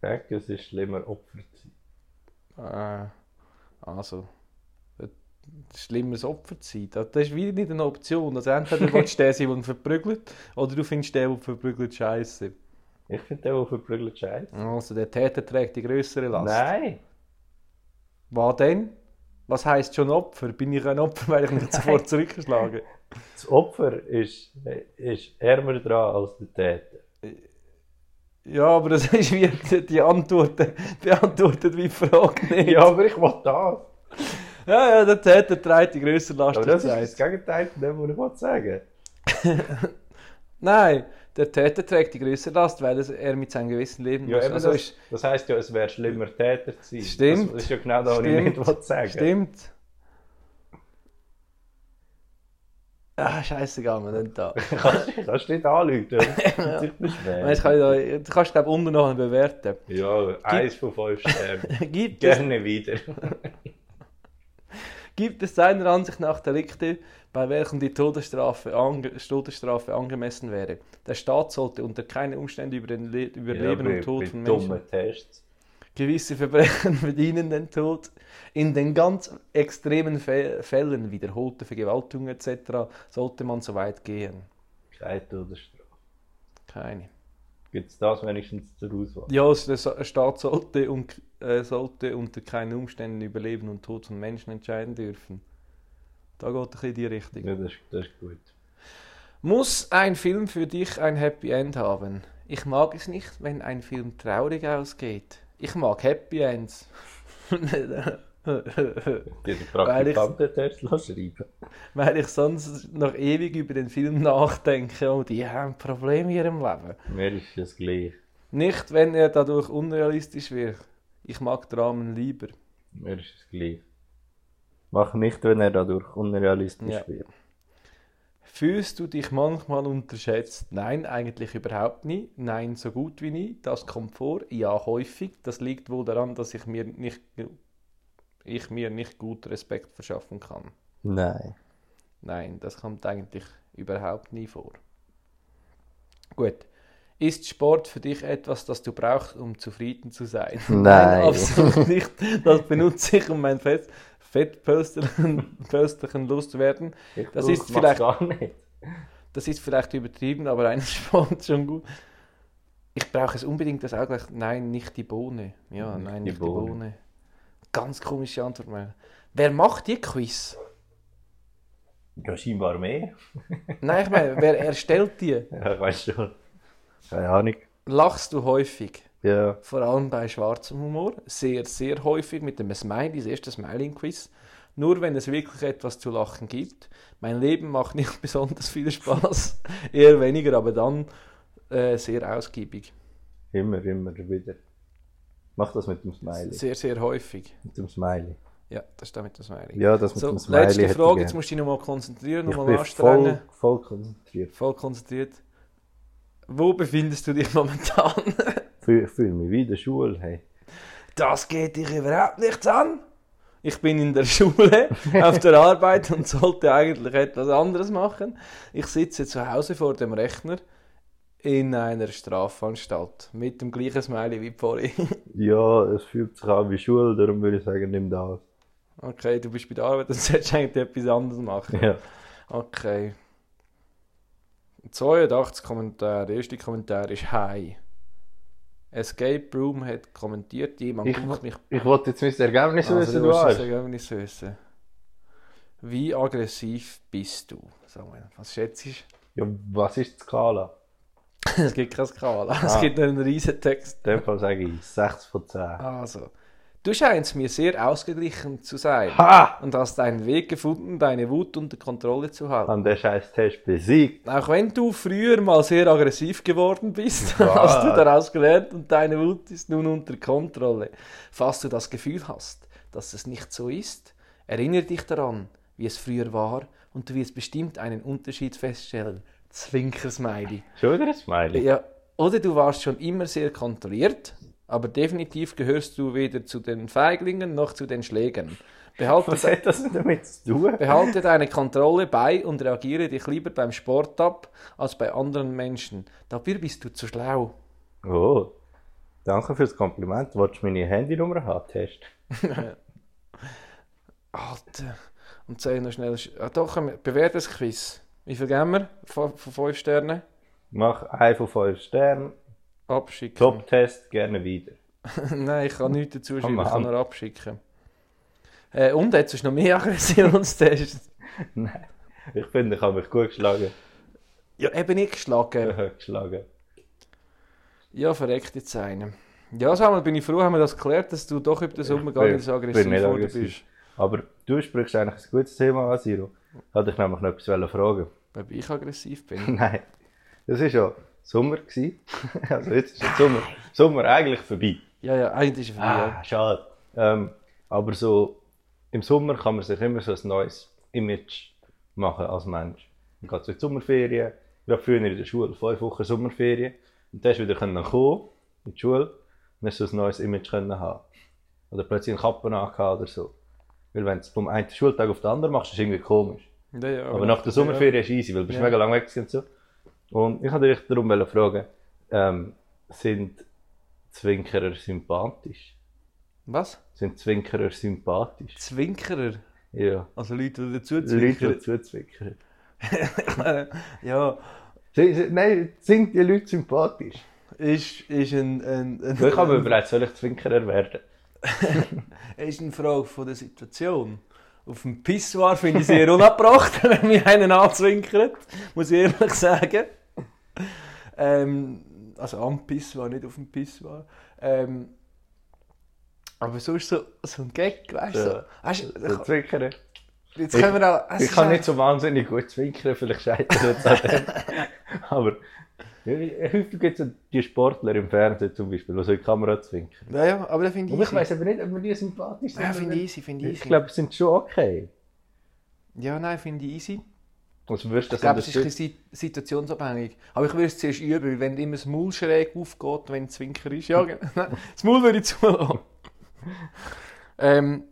[SPEAKER 2] Sag, es ist schlimmer, Opfer zu sein.
[SPEAKER 1] Äh, also, ein schlimmeres Opfer zu sein, das, das ist wieder nicht eine Option. Also entweder willst du den sein, der verprügelt, oder du findest den, der verprügelt, scheiße.
[SPEAKER 2] Ich finde den, der verprügelt, scheiße.
[SPEAKER 1] Also, der Täter trägt die größere Last.
[SPEAKER 2] Nein,
[SPEAKER 1] Was denn? Was heisst schon Opfer? Bin ich ein Opfer, weil ich mich sofort zurückgeschlagen
[SPEAKER 2] das Opfer ist, ist ärmer dran als der Täter.
[SPEAKER 1] Ja, aber das ist wie die- die Antworten beantwortet wie die Frage nicht.
[SPEAKER 2] Ja, aber ich will das.
[SPEAKER 1] ja, ja, der Täter trägt die größere Last.
[SPEAKER 2] Aber das ist
[SPEAKER 1] der Zeit.
[SPEAKER 2] das Gegenteil von dem, was ich wollte sagen
[SPEAKER 1] Nein, der Täter trägt die größere Last, weil es- er mit seinem gewissen Leben
[SPEAKER 2] Ja,
[SPEAKER 1] muss.
[SPEAKER 2] eben
[SPEAKER 1] Also
[SPEAKER 2] das,
[SPEAKER 1] ist-
[SPEAKER 2] das heisst ja, es wäre schlimmer, Täter zu sein.
[SPEAKER 1] Stimmt.
[SPEAKER 2] Das, das ist ja genau das, was ich
[SPEAKER 1] Stimmt.
[SPEAKER 2] nicht wollte sagen
[SPEAKER 1] Stimmt. Ah, scheiße gegangen, nicht da.
[SPEAKER 2] Kannst, kannst du nicht anrufen und dich beschweren.
[SPEAKER 1] Jetzt kann ich da du kannst glaube unten noch bewerten.
[SPEAKER 2] Ja, eins von fünf Sternen.
[SPEAKER 1] Gibt es,
[SPEAKER 2] Gerne wieder.
[SPEAKER 1] gibt es seiner Ansicht nach Delikte, bei welchen die Todesstrafe, ange Todesstrafe angemessen wäre? Der Staat sollte unter keinen Umständen über, den Le über Leben und Tod von Menschen
[SPEAKER 2] Dumme Tests.
[SPEAKER 1] Gewisse Verbrechen verdienen den Tod. In den ganz extremen Fä- Fällen, wiederholte Vergewaltigung etc., sollte man so weit gehen.
[SPEAKER 2] Keine Todesstrafe.
[SPEAKER 1] Keine.
[SPEAKER 2] Gibt es das wenigstens zur Auswahl?
[SPEAKER 1] Ja, also der Sa- Staat sollte, und, äh, sollte unter keinen Umständen über Leben und Tod von Menschen entscheiden dürfen. Da geht ein bisschen die Richtung.
[SPEAKER 2] Ja, das, ist- das ist gut.
[SPEAKER 1] Muss ein Film für dich ein Happy End haben? Ich mag es nicht, wenn ein Film traurig ausgeht. Ich mag Happy Ends.
[SPEAKER 2] Die den
[SPEAKER 1] Weil ich's-
[SPEAKER 2] Praktikanten dort lassen schreiben.
[SPEAKER 1] Weil ich sonst noch ewig über den Film nachdenke und die haben Probleme in ihrem Leben.
[SPEAKER 2] Mir ist das gleich.
[SPEAKER 1] Nicht, wenn er dadurch unrealistisch wird. Ich mag Dramen lieber.
[SPEAKER 2] Mir ist es gleich. Mach nicht, wenn er dadurch unrealistisch
[SPEAKER 1] Ja.
[SPEAKER 2] wird.
[SPEAKER 1] Fühlst du dich manchmal unterschätzt? Nein, eigentlich überhaupt nie. Nein, so gut wie nie. Das kommt vor. Ja, häufig. Das liegt wohl daran, dass ich mir nicht, ich mir nicht gut Respekt verschaffen kann.
[SPEAKER 2] Nein.
[SPEAKER 1] Nein, das kommt eigentlich überhaupt nie vor. Gut. Ist Sport für dich etwas, das du brauchst, um zufrieden zu sein?
[SPEAKER 2] Nein.
[SPEAKER 1] absolut nicht. Das benutze ich, um mein Fett, Fettpölsterchen Pölsterchen loszuwerden.
[SPEAKER 2] Ich
[SPEAKER 1] Das
[SPEAKER 2] brauch-
[SPEAKER 1] ist
[SPEAKER 2] mach's
[SPEAKER 1] vielleicht-
[SPEAKER 2] gar nicht.
[SPEAKER 1] Das ist vielleicht übertrieben, aber ein Sport schon gut. Ich brauche es unbedingt, das auch gleich. Nein, nicht die Bohne. Ja,
[SPEAKER 2] Nicht
[SPEAKER 1] nein,
[SPEAKER 2] die
[SPEAKER 1] nicht die Bohne.
[SPEAKER 2] Bohne.
[SPEAKER 1] Ganz komische Antwort. Mann. Wer macht die Quiz?
[SPEAKER 2] Ja, scheinbar mehr.
[SPEAKER 1] Nein, ich meine, wer erstellt die?
[SPEAKER 2] Ja, weißt schon. Keine Ahnung.
[SPEAKER 1] Lachst du häufig?
[SPEAKER 2] Ja.
[SPEAKER 1] Vor allem bei schwarzem Humor. Sehr, sehr häufig mit dem Smiley, das erste Smiling-Quiz. Nur wenn es wirklich etwas zu lachen gibt. Mein Leben macht nicht besonders viel Spaß. Eher weniger, aber dann äh, sehr ausgiebig.
[SPEAKER 2] Immer, immer wieder. Mach das mit dem Smiley.
[SPEAKER 1] Sehr, sehr häufig.
[SPEAKER 2] Mit dem Smiley.
[SPEAKER 1] Ja, das ist da mit dem Smiley.
[SPEAKER 2] Ja, das mit
[SPEAKER 1] so,
[SPEAKER 2] dem Smiley.
[SPEAKER 1] letzte
[SPEAKER 2] hätte ich
[SPEAKER 1] Frage,
[SPEAKER 2] gern.
[SPEAKER 1] jetzt musst du dich nochmal konzentrieren,
[SPEAKER 2] ich
[SPEAKER 1] nochmal
[SPEAKER 2] bin
[SPEAKER 1] anstrengen.
[SPEAKER 2] voll, voll konzentriert.
[SPEAKER 1] Voll konzentriert. Wo befindest du dich momentan?
[SPEAKER 2] Fühl- Ich fühle mich wie in der Schule. Hey.
[SPEAKER 1] Das geht dich überhaupt nichts an. Ich bin in der Schule, auf der Arbeit und sollte eigentlich etwas anderes machen. Ich sitze zu Hause vor dem Rechner in einer Strafanstalt mit dem gleichen Smiley wie vorhin.
[SPEAKER 2] Ja, es fühlt sich an wie Schule, darum würde ich sagen, nimm das.
[SPEAKER 1] Okay, du bist bei der Arbeit und solltest eigentlich etwas anderes machen.
[SPEAKER 2] Ja.
[SPEAKER 1] Okay. 82 Kommentare. Der erste Kommentar ist Hi. Escape Room hat kommentiert, jemand
[SPEAKER 2] Ich-
[SPEAKER 1] guckt mich
[SPEAKER 2] Ich wollte jetzt mein Ergebnis
[SPEAKER 1] Also,
[SPEAKER 2] wissen,
[SPEAKER 1] du
[SPEAKER 2] du
[SPEAKER 1] musst das
[SPEAKER 2] Arsch.
[SPEAKER 1] Ergebnis wissen. Wie aggressiv bist du? Samuel, was schätzt du?
[SPEAKER 2] Ja, was ist die Skala?
[SPEAKER 1] Es gibt keine Skala, es
[SPEAKER 2] Ah.
[SPEAKER 1] gibt nur einen riesen Text.
[SPEAKER 2] In dem Fall sage ich 6 von 10.
[SPEAKER 1] Also, du scheinst mir sehr ausgeglichen zu sein
[SPEAKER 2] Ha!
[SPEAKER 1] und hast einen Weg gefunden, deine Wut unter Kontrolle zu halten.
[SPEAKER 2] An der scheiß Test besiegt.
[SPEAKER 1] Auch wenn du früher mal sehr aggressiv geworden bist,
[SPEAKER 2] Was?
[SPEAKER 1] hast du daraus gelernt und deine Wut ist nun unter Kontrolle. Falls du das Gefühl hast, dass es nicht so ist, erinnere dich daran, wie es früher war und du wirst bestimmt einen Unterschied feststellen. Zwinkersmiley.
[SPEAKER 2] Schon wieder ein Smiley.
[SPEAKER 1] Ja, oder du warst schon immer sehr kontrolliert, aber definitiv gehörst du weder zu den Feiglingen noch zu den Schlägern. Behalte
[SPEAKER 2] Was hat das denn damit zu tun?
[SPEAKER 1] Behalte deine Kontrolle bei und reagiere dich lieber beim Sport ab als bei anderen Menschen. Dabei bist du zu schlau.
[SPEAKER 2] Oh, danke fürs Kompliment. Wolltest du meine Handynummer haben, Test?
[SPEAKER 1] Alter. Und sag noch schnell. Ah, doch, komm, bewerte das Quiz. Wie viel geben wir? Von 5 Sternen?
[SPEAKER 2] Mach 1 von 5 Sternen.
[SPEAKER 1] Abschicken.
[SPEAKER 2] Top-Test, gerne wieder.
[SPEAKER 1] Nein, ich kann nichts dazu schreiben,
[SPEAKER 2] Komm,
[SPEAKER 1] ich kann
[SPEAKER 2] Oh, Mann.
[SPEAKER 1] nur abschicken. Äh, und jetzt ist noch mehr Aggressionstest.
[SPEAKER 2] Nein. Ich finde, ich habe mich gut geschlagen.
[SPEAKER 1] ja, eben nicht geschlagen.
[SPEAKER 2] geschlagen.
[SPEAKER 1] Ja, verreckt jetzt einen. Ja, Samuel, bin ich froh, haben wir das geklärt, dass du doch über den Sommer gar
[SPEAKER 2] bin-
[SPEAKER 1] nicht so
[SPEAKER 2] bin
[SPEAKER 1] aggressiv
[SPEAKER 2] nicht
[SPEAKER 1] geworden
[SPEAKER 2] aggressiv.
[SPEAKER 1] bist.
[SPEAKER 2] Aber du sprichst eigentlich ein gutes Thema an, Siro. Hatte ich nämlich noch etwas wollen fragen.
[SPEAKER 1] Ob ich aggressiv bin?
[SPEAKER 2] Nein. Das war ja Sommer. gewesen. also jetzt ist der Sommer, Sommer eigentlich vorbei.
[SPEAKER 1] Ja, ja, eigentlich ist es ah.
[SPEAKER 2] Ah, schade. Ähm, aber so im Sommer kann man sich immer so ein neues Image machen als Mensch. Man geht so in die Sommerferien, gerade früher in der Schule, fünf Wochen Sommerferien. Und dann hast du wieder können kommen in die Schule und hast so ein neues Image können haben. Oder plötzlich einen Kappen angehabt oder so. Weil wenn du es vom einen Schultag auf den anderen machst, ist es irgendwie komisch.
[SPEAKER 1] Ja, ja,
[SPEAKER 2] Aber nach der Sommerferien ist easy, weil du bist
[SPEAKER 1] Ja.
[SPEAKER 2] mega lang weg gewesen und so. Und ich wollte dich darum fragen, ähm, sind Zwinkerer sympathisch?
[SPEAKER 1] Was?
[SPEAKER 2] sind Zwinkerer sympathisch.
[SPEAKER 1] Zwinkerer?
[SPEAKER 2] Ja.
[SPEAKER 1] Also Leute, die dazu
[SPEAKER 2] Leute, die
[SPEAKER 1] zwinkern.
[SPEAKER 2] zuzwinkern.
[SPEAKER 1] ja,
[SPEAKER 2] Sie- sie- Nein, sind die Leute sympathisch?
[SPEAKER 1] ist, ist, ein, ein, ein,
[SPEAKER 2] Ich habe mir überlegt, soll ich Zwinkerer werden?
[SPEAKER 1] ist eine Frage von der Situation. Auf dem Pissoir finde ich sehr unabbracht, wenn mich einen anzwinkert, muss ich ehrlich sagen. Ehm, Ehm, Ähm, also am Pissoir, nicht auf dem Pissoir. Ähm, Aber sonst so, so ein Gag, weißt du?
[SPEAKER 2] Ja.
[SPEAKER 1] So. Weißt,
[SPEAKER 2] So
[SPEAKER 1] du,
[SPEAKER 2] zwinkern.
[SPEAKER 1] jetzt
[SPEAKER 2] Ich-
[SPEAKER 1] können wir auch. es
[SPEAKER 2] Ich
[SPEAKER 1] ist
[SPEAKER 2] kann
[SPEAKER 1] auch-
[SPEAKER 2] nicht so wahnsinnig gut zwinkern, vielleicht scheitert es an dem. Aber ja, häufig gibt es die Sportler im Fernsehen zum Beispiel, die so in die Kamera zwinkern.
[SPEAKER 1] Ja, ja, aber das finde ich.
[SPEAKER 2] Aber ich
[SPEAKER 1] easy.
[SPEAKER 2] weiß aber nicht, ob wir die sympathisch sind.
[SPEAKER 1] Ja,
[SPEAKER 2] oder
[SPEAKER 1] finde ich
[SPEAKER 2] nicht.
[SPEAKER 1] easy, finde ich
[SPEAKER 2] Ich
[SPEAKER 1] easy.
[SPEAKER 2] glaube, sie sind schon okay.
[SPEAKER 1] Ja, nein, finde ich easy.
[SPEAKER 2] Also wirst du
[SPEAKER 1] Ich
[SPEAKER 2] das
[SPEAKER 1] glaube, es ist ein
[SPEAKER 2] unterstützen?
[SPEAKER 1] bisschen sit- situationsabhängig. Aber ich würde es zuerst üben, weil wenn immer das Maul schräg aufgeht, wenn es Zwinker ist, ja, genau. Nein, das Maul würde ich zulassen. ähm,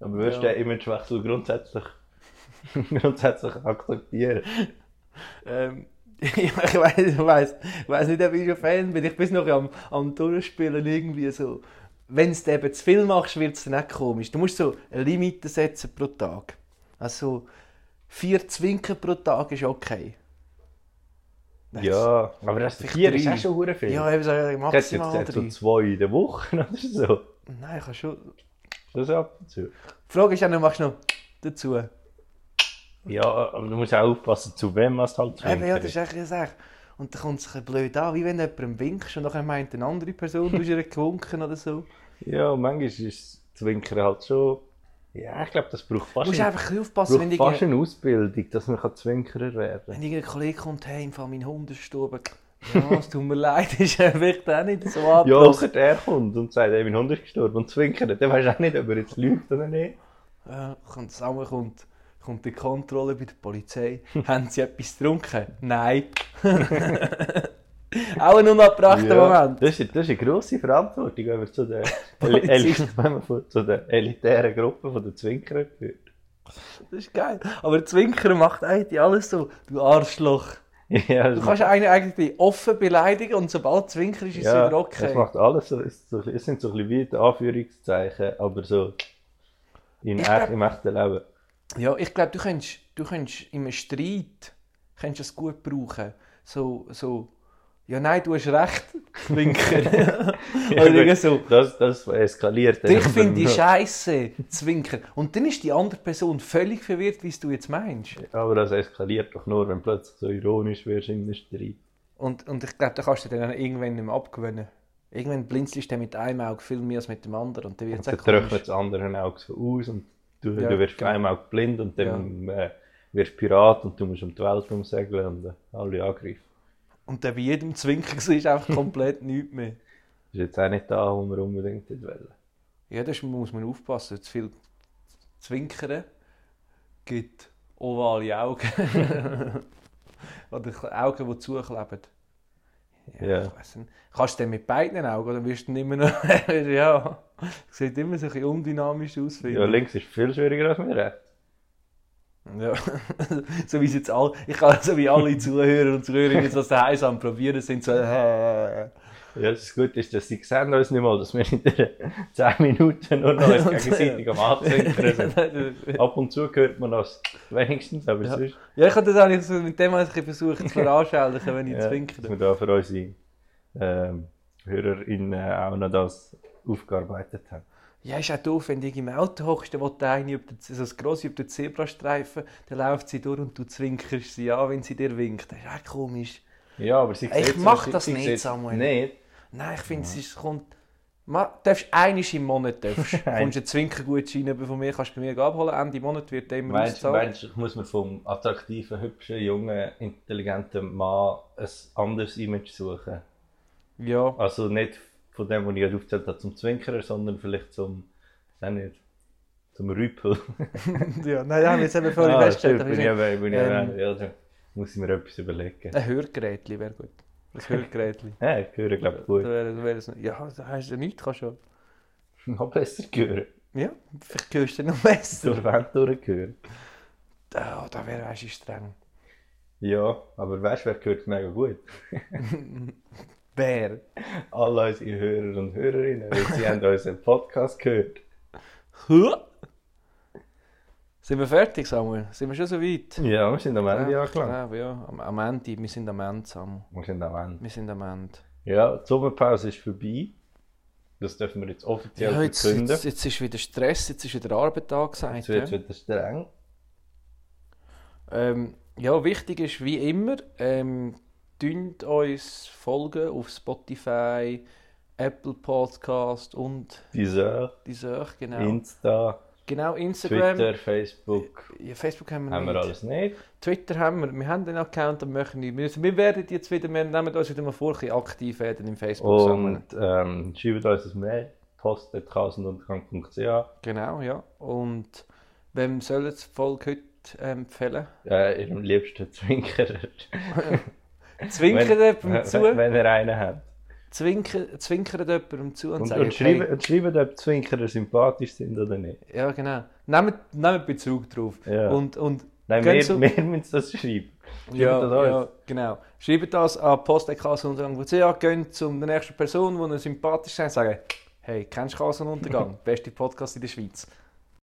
[SPEAKER 2] Aber wirst du
[SPEAKER 1] Ja.
[SPEAKER 2] den Imagewechsel grundsätzlich, grundsätzlich akzeptieren?
[SPEAKER 1] ähm, ja, ich weiß ich weiss, ich weiss nicht, ob ich schon Fan bin. Ich bin noch am, am Durchspielen irgendwie so. Wenn du eben zu viel machst, wird es dann auch komisch. Du musst so eine Limite setzen pro Tag. Also vier Zwinker pro Tag ist okay. Nein,
[SPEAKER 2] Ja, aber das
[SPEAKER 1] Vielleicht
[SPEAKER 2] vier ist
[SPEAKER 1] drei.
[SPEAKER 2] auch schon hure viel.
[SPEAKER 1] Ja, eben so maximal
[SPEAKER 2] ich hätte jetzt gesagt, so
[SPEAKER 1] drei.
[SPEAKER 2] zwei in der Woche oder so.
[SPEAKER 1] Nein, ich kann schon...
[SPEAKER 2] Das ist ab und zu.
[SPEAKER 1] Die Frage ist ja nou noch, machst du noch dazu?
[SPEAKER 2] Ja, aber du musst auch aufpassen, zu wem man es halt
[SPEAKER 1] Eben, ja,
[SPEAKER 2] zwinkert.
[SPEAKER 1] das ist echt eine Sache. Und dann kommt es ein bisschen blöd an, wie wenn du jemandem winkst und dann meint eine andere Person, du hast ihr gewunken oder so.
[SPEAKER 2] Ja, und manchmal ist Zwinkern halt schon. Ja, ich glaube, das braucht
[SPEAKER 1] Du
[SPEAKER 2] fast,
[SPEAKER 1] musst
[SPEAKER 2] eine,
[SPEAKER 1] einfach ein bisschen aufpassen, wenn
[SPEAKER 2] braucht fast
[SPEAKER 1] irgendein,
[SPEAKER 2] eine Ausbildung, dass man kann Zwinkerer werden
[SPEAKER 1] wenn
[SPEAKER 2] kann.
[SPEAKER 1] irgendein Kollege kommt, hey, im Fall mein Hund ist gestorben. Ja, es tut mir leid, ist er vielleicht auch nicht so
[SPEAKER 2] Ja,
[SPEAKER 1] abgelassen.
[SPEAKER 2] außer der kommt und sagt, ey, mein Hund ist gestorben und zwinkert, dann weißt du auch nicht, ob er jetzt lügt oder nicht.
[SPEAKER 1] Ja, kommt zusammen, kommt, kommt die Kontrolle bei der Polizei. Haben sie etwas getrunken? Nein. Auch ein unabbrachter Moment.
[SPEAKER 2] Das ist, das ist eine grosse Verantwortung, wenn man zu der, Eli-
[SPEAKER 1] Polizist.
[SPEAKER 2] Eli- wenn man von- zu der elitären Gruppe von der Zwinkerer gehört.
[SPEAKER 1] Das ist geil. Aber der Zwinker macht eigentlich alles so, du Arschloch.
[SPEAKER 2] Ja, das
[SPEAKER 1] Du kannst einen eigentlich offen beleidigen und sobald du zwinkerst, ist es
[SPEAKER 2] ja,
[SPEAKER 1] wieder
[SPEAKER 2] Es
[SPEAKER 1] okay.
[SPEAKER 2] macht alles so, es, so, es sind so ein bisschen wie die Anführungszeichen, aber so in
[SPEAKER 1] Ich
[SPEAKER 2] echt,
[SPEAKER 1] glaub-
[SPEAKER 2] im echten Leben.
[SPEAKER 1] Ja, ich glaube, du kannst, du kannst im Streit kannst das gut brauchen. So, so, ja nein, du hast recht, Zwinker. Oder irgendwie so,
[SPEAKER 2] Das, das eskaliert. dann
[SPEAKER 1] dich
[SPEAKER 2] aber
[SPEAKER 1] finde ich
[SPEAKER 2] noch.
[SPEAKER 1] scheiße, Zwinker. Und dann ist die andere Person völlig verwirrt, wie es du jetzt meinst.
[SPEAKER 2] Aber das eskaliert doch nur, wenn du plötzlich so ironisch wirst in einem Streit.
[SPEAKER 1] Und, und ich glaube, da kannst du dir dann irgendwann nicht mehr abgewöhnen. Irgendwann blinzelst du mit einem Auge viel mehr als mit dem anderen. Und dann wird
[SPEAKER 2] Und
[SPEAKER 1] es auch
[SPEAKER 2] dann
[SPEAKER 1] komisch.
[SPEAKER 2] trocknet das andere Auge so aus und du,
[SPEAKER 1] Ja,
[SPEAKER 2] du wirst
[SPEAKER 1] genau.
[SPEAKER 2] einmal blind und dann äh, wirst Pirat und du musst um die Welt umsegeln und äh, alle angreifen.
[SPEAKER 1] Und dann bei jedem Zwinker ist einfach komplett nichts mehr.
[SPEAKER 2] Das ist jetzt auch nicht da, wo wir unbedingt nicht wollen.
[SPEAKER 1] Ja, das muss man aufpassen. Zu viel Zwinkern gibt ovale Augen. oder K- Augen, die zukleben.
[SPEAKER 2] Ja.
[SPEAKER 1] ich weiss nicht. Kannst du dann mit beiden Augen, dann wirst du immer noch. ja, sieht immer so ein bisschen undynamisch aus.
[SPEAKER 2] Ja,
[SPEAKER 1] finde ich.
[SPEAKER 2] links ist viel schwieriger als mir rechts.
[SPEAKER 1] Ja. so wie es jetzt alle, ich kann so wie alle Zuhörer und Zuhörerinnen, die das daheim am probieren, sind so.
[SPEAKER 2] Ja, das Gute ist, dass sie sehen uns nicht mal, dass wir in den 10 Minuten nur noch uns gegenseitig am Anzwinkern sind. Ab und zu hört man das wenigstens, aber
[SPEAKER 1] Ja.
[SPEAKER 2] sonst...
[SPEAKER 1] ja, ich habe das eigentlich so mit dem habe ich versucht zu veranschaulichen, wenn ich
[SPEAKER 2] Ja,
[SPEAKER 1] zwinkere.
[SPEAKER 2] dass wir da für unsere ähm, HörerInnen auch noch das aufgearbeitet haben.
[SPEAKER 1] Ja, ist auch doof, wenn du irgendwie im Auto hockst, dann will der eine über den, also das Grosse über den Zebrastreifen, dann läuft sie durch und du zwinkerst sie an, wenn sie dir winkt. Das ist auch komisch.
[SPEAKER 2] Ja, aber sie
[SPEAKER 1] Ich
[SPEAKER 2] sieht's-
[SPEAKER 1] mach
[SPEAKER 2] sie-
[SPEAKER 1] das
[SPEAKER 2] sie
[SPEAKER 1] nicht,
[SPEAKER 2] sieht's
[SPEAKER 1] Samuel.
[SPEAKER 2] Nicht.
[SPEAKER 1] Nein, ich finde, es ist- kommt... Ma, darfst einmal im Monat darfst.
[SPEAKER 2] Nein.
[SPEAKER 1] kommst einen Zwinkergutschein über von mir, kannst du bei mir abholen, Ende Monat wird der immer
[SPEAKER 2] Meinst
[SPEAKER 1] ausgezahlt.
[SPEAKER 2] meinst du, ich muss mir vom attraktiven, hübschen, jungen, intelligenten Mann ein anderes Image suchen?
[SPEAKER 1] Ja,
[SPEAKER 2] Also nicht von dem, was ich gerade aufgezählt habe, zum Zwinkerer, sondern vielleicht zum, ich weiß nicht, zum Rüpel. Ah,
[SPEAKER 1] ja. Nein, ja, wir haben jetzt eben vorhin festgestellt,
[SPEAKER 2] stimmt,
[SPEAKER 1] das
[SPEAKER 2] bin
[SPEAKER 1] ist
[SPEAKER 2] ich
[SPEAKER 1] nicht-
[SPEAKER 2] eben, bin ich
[SPEAKER 1] ähm,
[SPEAKER 2] eben, ja, da muss ich mir etwas überlegen.
[SPEAKER 1] ein Hörgerätli wäre gut. Ein Hörgerätli.
[SPEAKER 2] Ja, ich höre, glaube ich,
[SPEAKER 1] Da
[SPEAKER 2] gut.
[SPEAKER 1] wäre, da wäre es, ja, da hast du ja nichts, kannst du
[SPEAKER 2] Noch besser hören.
[SPEAKER 1] ja... Ja, vielleicht hörst du dann noch besser.
[SPEAKER 2] Zur Wand durchhören.
[SPEAKER 1] Da, da wäre weißt du, streng.
[SPEAKER 2] Ja, aber weißt du, wer hört mega gut?
[SPEAKER 1] Bär.
[SPEAKER 2] Alle unsere Hörer und Hörerinnen, weil sie haben unseren Podcast gehört.
[SPEAKER 1] Huh? Sind wir fertig, Samuel? Sind wir schon so weit?
[SPEAKER 2] Ja, wir sind am Ende
[SPEAKER 1] ja,
[SPEAKER 2] angelangt.
[SPEAKER 1] Ja, ja. Am, am Ende. Wir sind am Ende, Samuel.
[SPEAKER 2] Wir sind am Ende.
[SPEAKER 1] Wir sind am Ende.
[SPEAKER 2] Ja, die Sommerpause ist vorbei. Das dürfen wir jetzt offiziell
[SPEAKER 1] Ja, jetzt,
[SPEAKER 2] verkünden.
[SPEAKER 1] jetzt, jetzt ist wieder Stress, jetzt ist wieder Arbeit angesagt.
[SPEAKER 2] Jetzt wird es
[SPEAKER 1] Ja.
[SPEAKER 2] wieder streng.
[SPEAKER 1] Ähm, ja, wichtig ist wie immer, ähm, dünnt uns folgen auf Spotify, Apple Podcast und
[SPEAKER 2] Deezer,
[SPEAKER 1] Deezer, genau.
[SPEAKER 2] Insta,
[SPEAKER 1] genau, Instagram. Genau.
[SPEAKER 2] Twitter, Facebook.
[SPEAKER 1] Ja, Facebook haben wir
[SPEAKER 2] Haben
[SPEAKER 1] nicht.
[SPEAKER 2] wir alles nicht?
[SPEAKER 1] Twitter haben wir. Wir haben den Account und machen nichts. Wir- Wir werden jetzt wieder, wir nehmen uns wieder mal vor, ein bisschen aktiv werden im
[SPEAKER 2] Oh.
[SPEAKER 1] Facebook sammeln.
[SPEAKER 2] Und ähm, schreibt uns ein Mail, post.tausendundgang.ch.
[SPEAKER 1] Genau, ja. Und wem soll das Folge heute ähm, empfehlen?
[SPEAKER 2] Äh, ihrem liebsten Zwinkerer.
[SPEAKER 1] Zwinkert jemandem
[SPEAKER 2] wenn,
[SPEAKER 1] zu.
[SPEAKER 2] wenn, wenn ihr einen habt.
[SPEAKER 1] Zwinker- Zwinkert jemandem zu und,
[SPEAKER 2] Und,
[SPEAKER 1] sagt,
[SPEAKER 2] und, schreibt, und schreibt, ob Zwinkerer sympathisch sind oder nicht.
[SPEAKER 1] hey, ja genau, nehmt, nehmt Bezug drauf.
[SPEAKER 2] Ja.
[SPEAKER 1] Und, und
[SPEAKER 2] Nein,
[SPEAKER 1] Gehen
[SPEAKER 2] wir,
[SPEAKER 1] so-
[SPEAKER 2] wir müssen das schreiben. Schreibt
[SPEAKER 1] Ja,
[SPEAKER 2] das uns.
[SPEAKER 1] ja, genau. Schreibt das an postekasenuntergang.ch, geht zu der nächsten Person, die ihr sympathisch seid, und sagt, hey, kennst du Kasenuntergang? Beste Podcast in der Schweiz.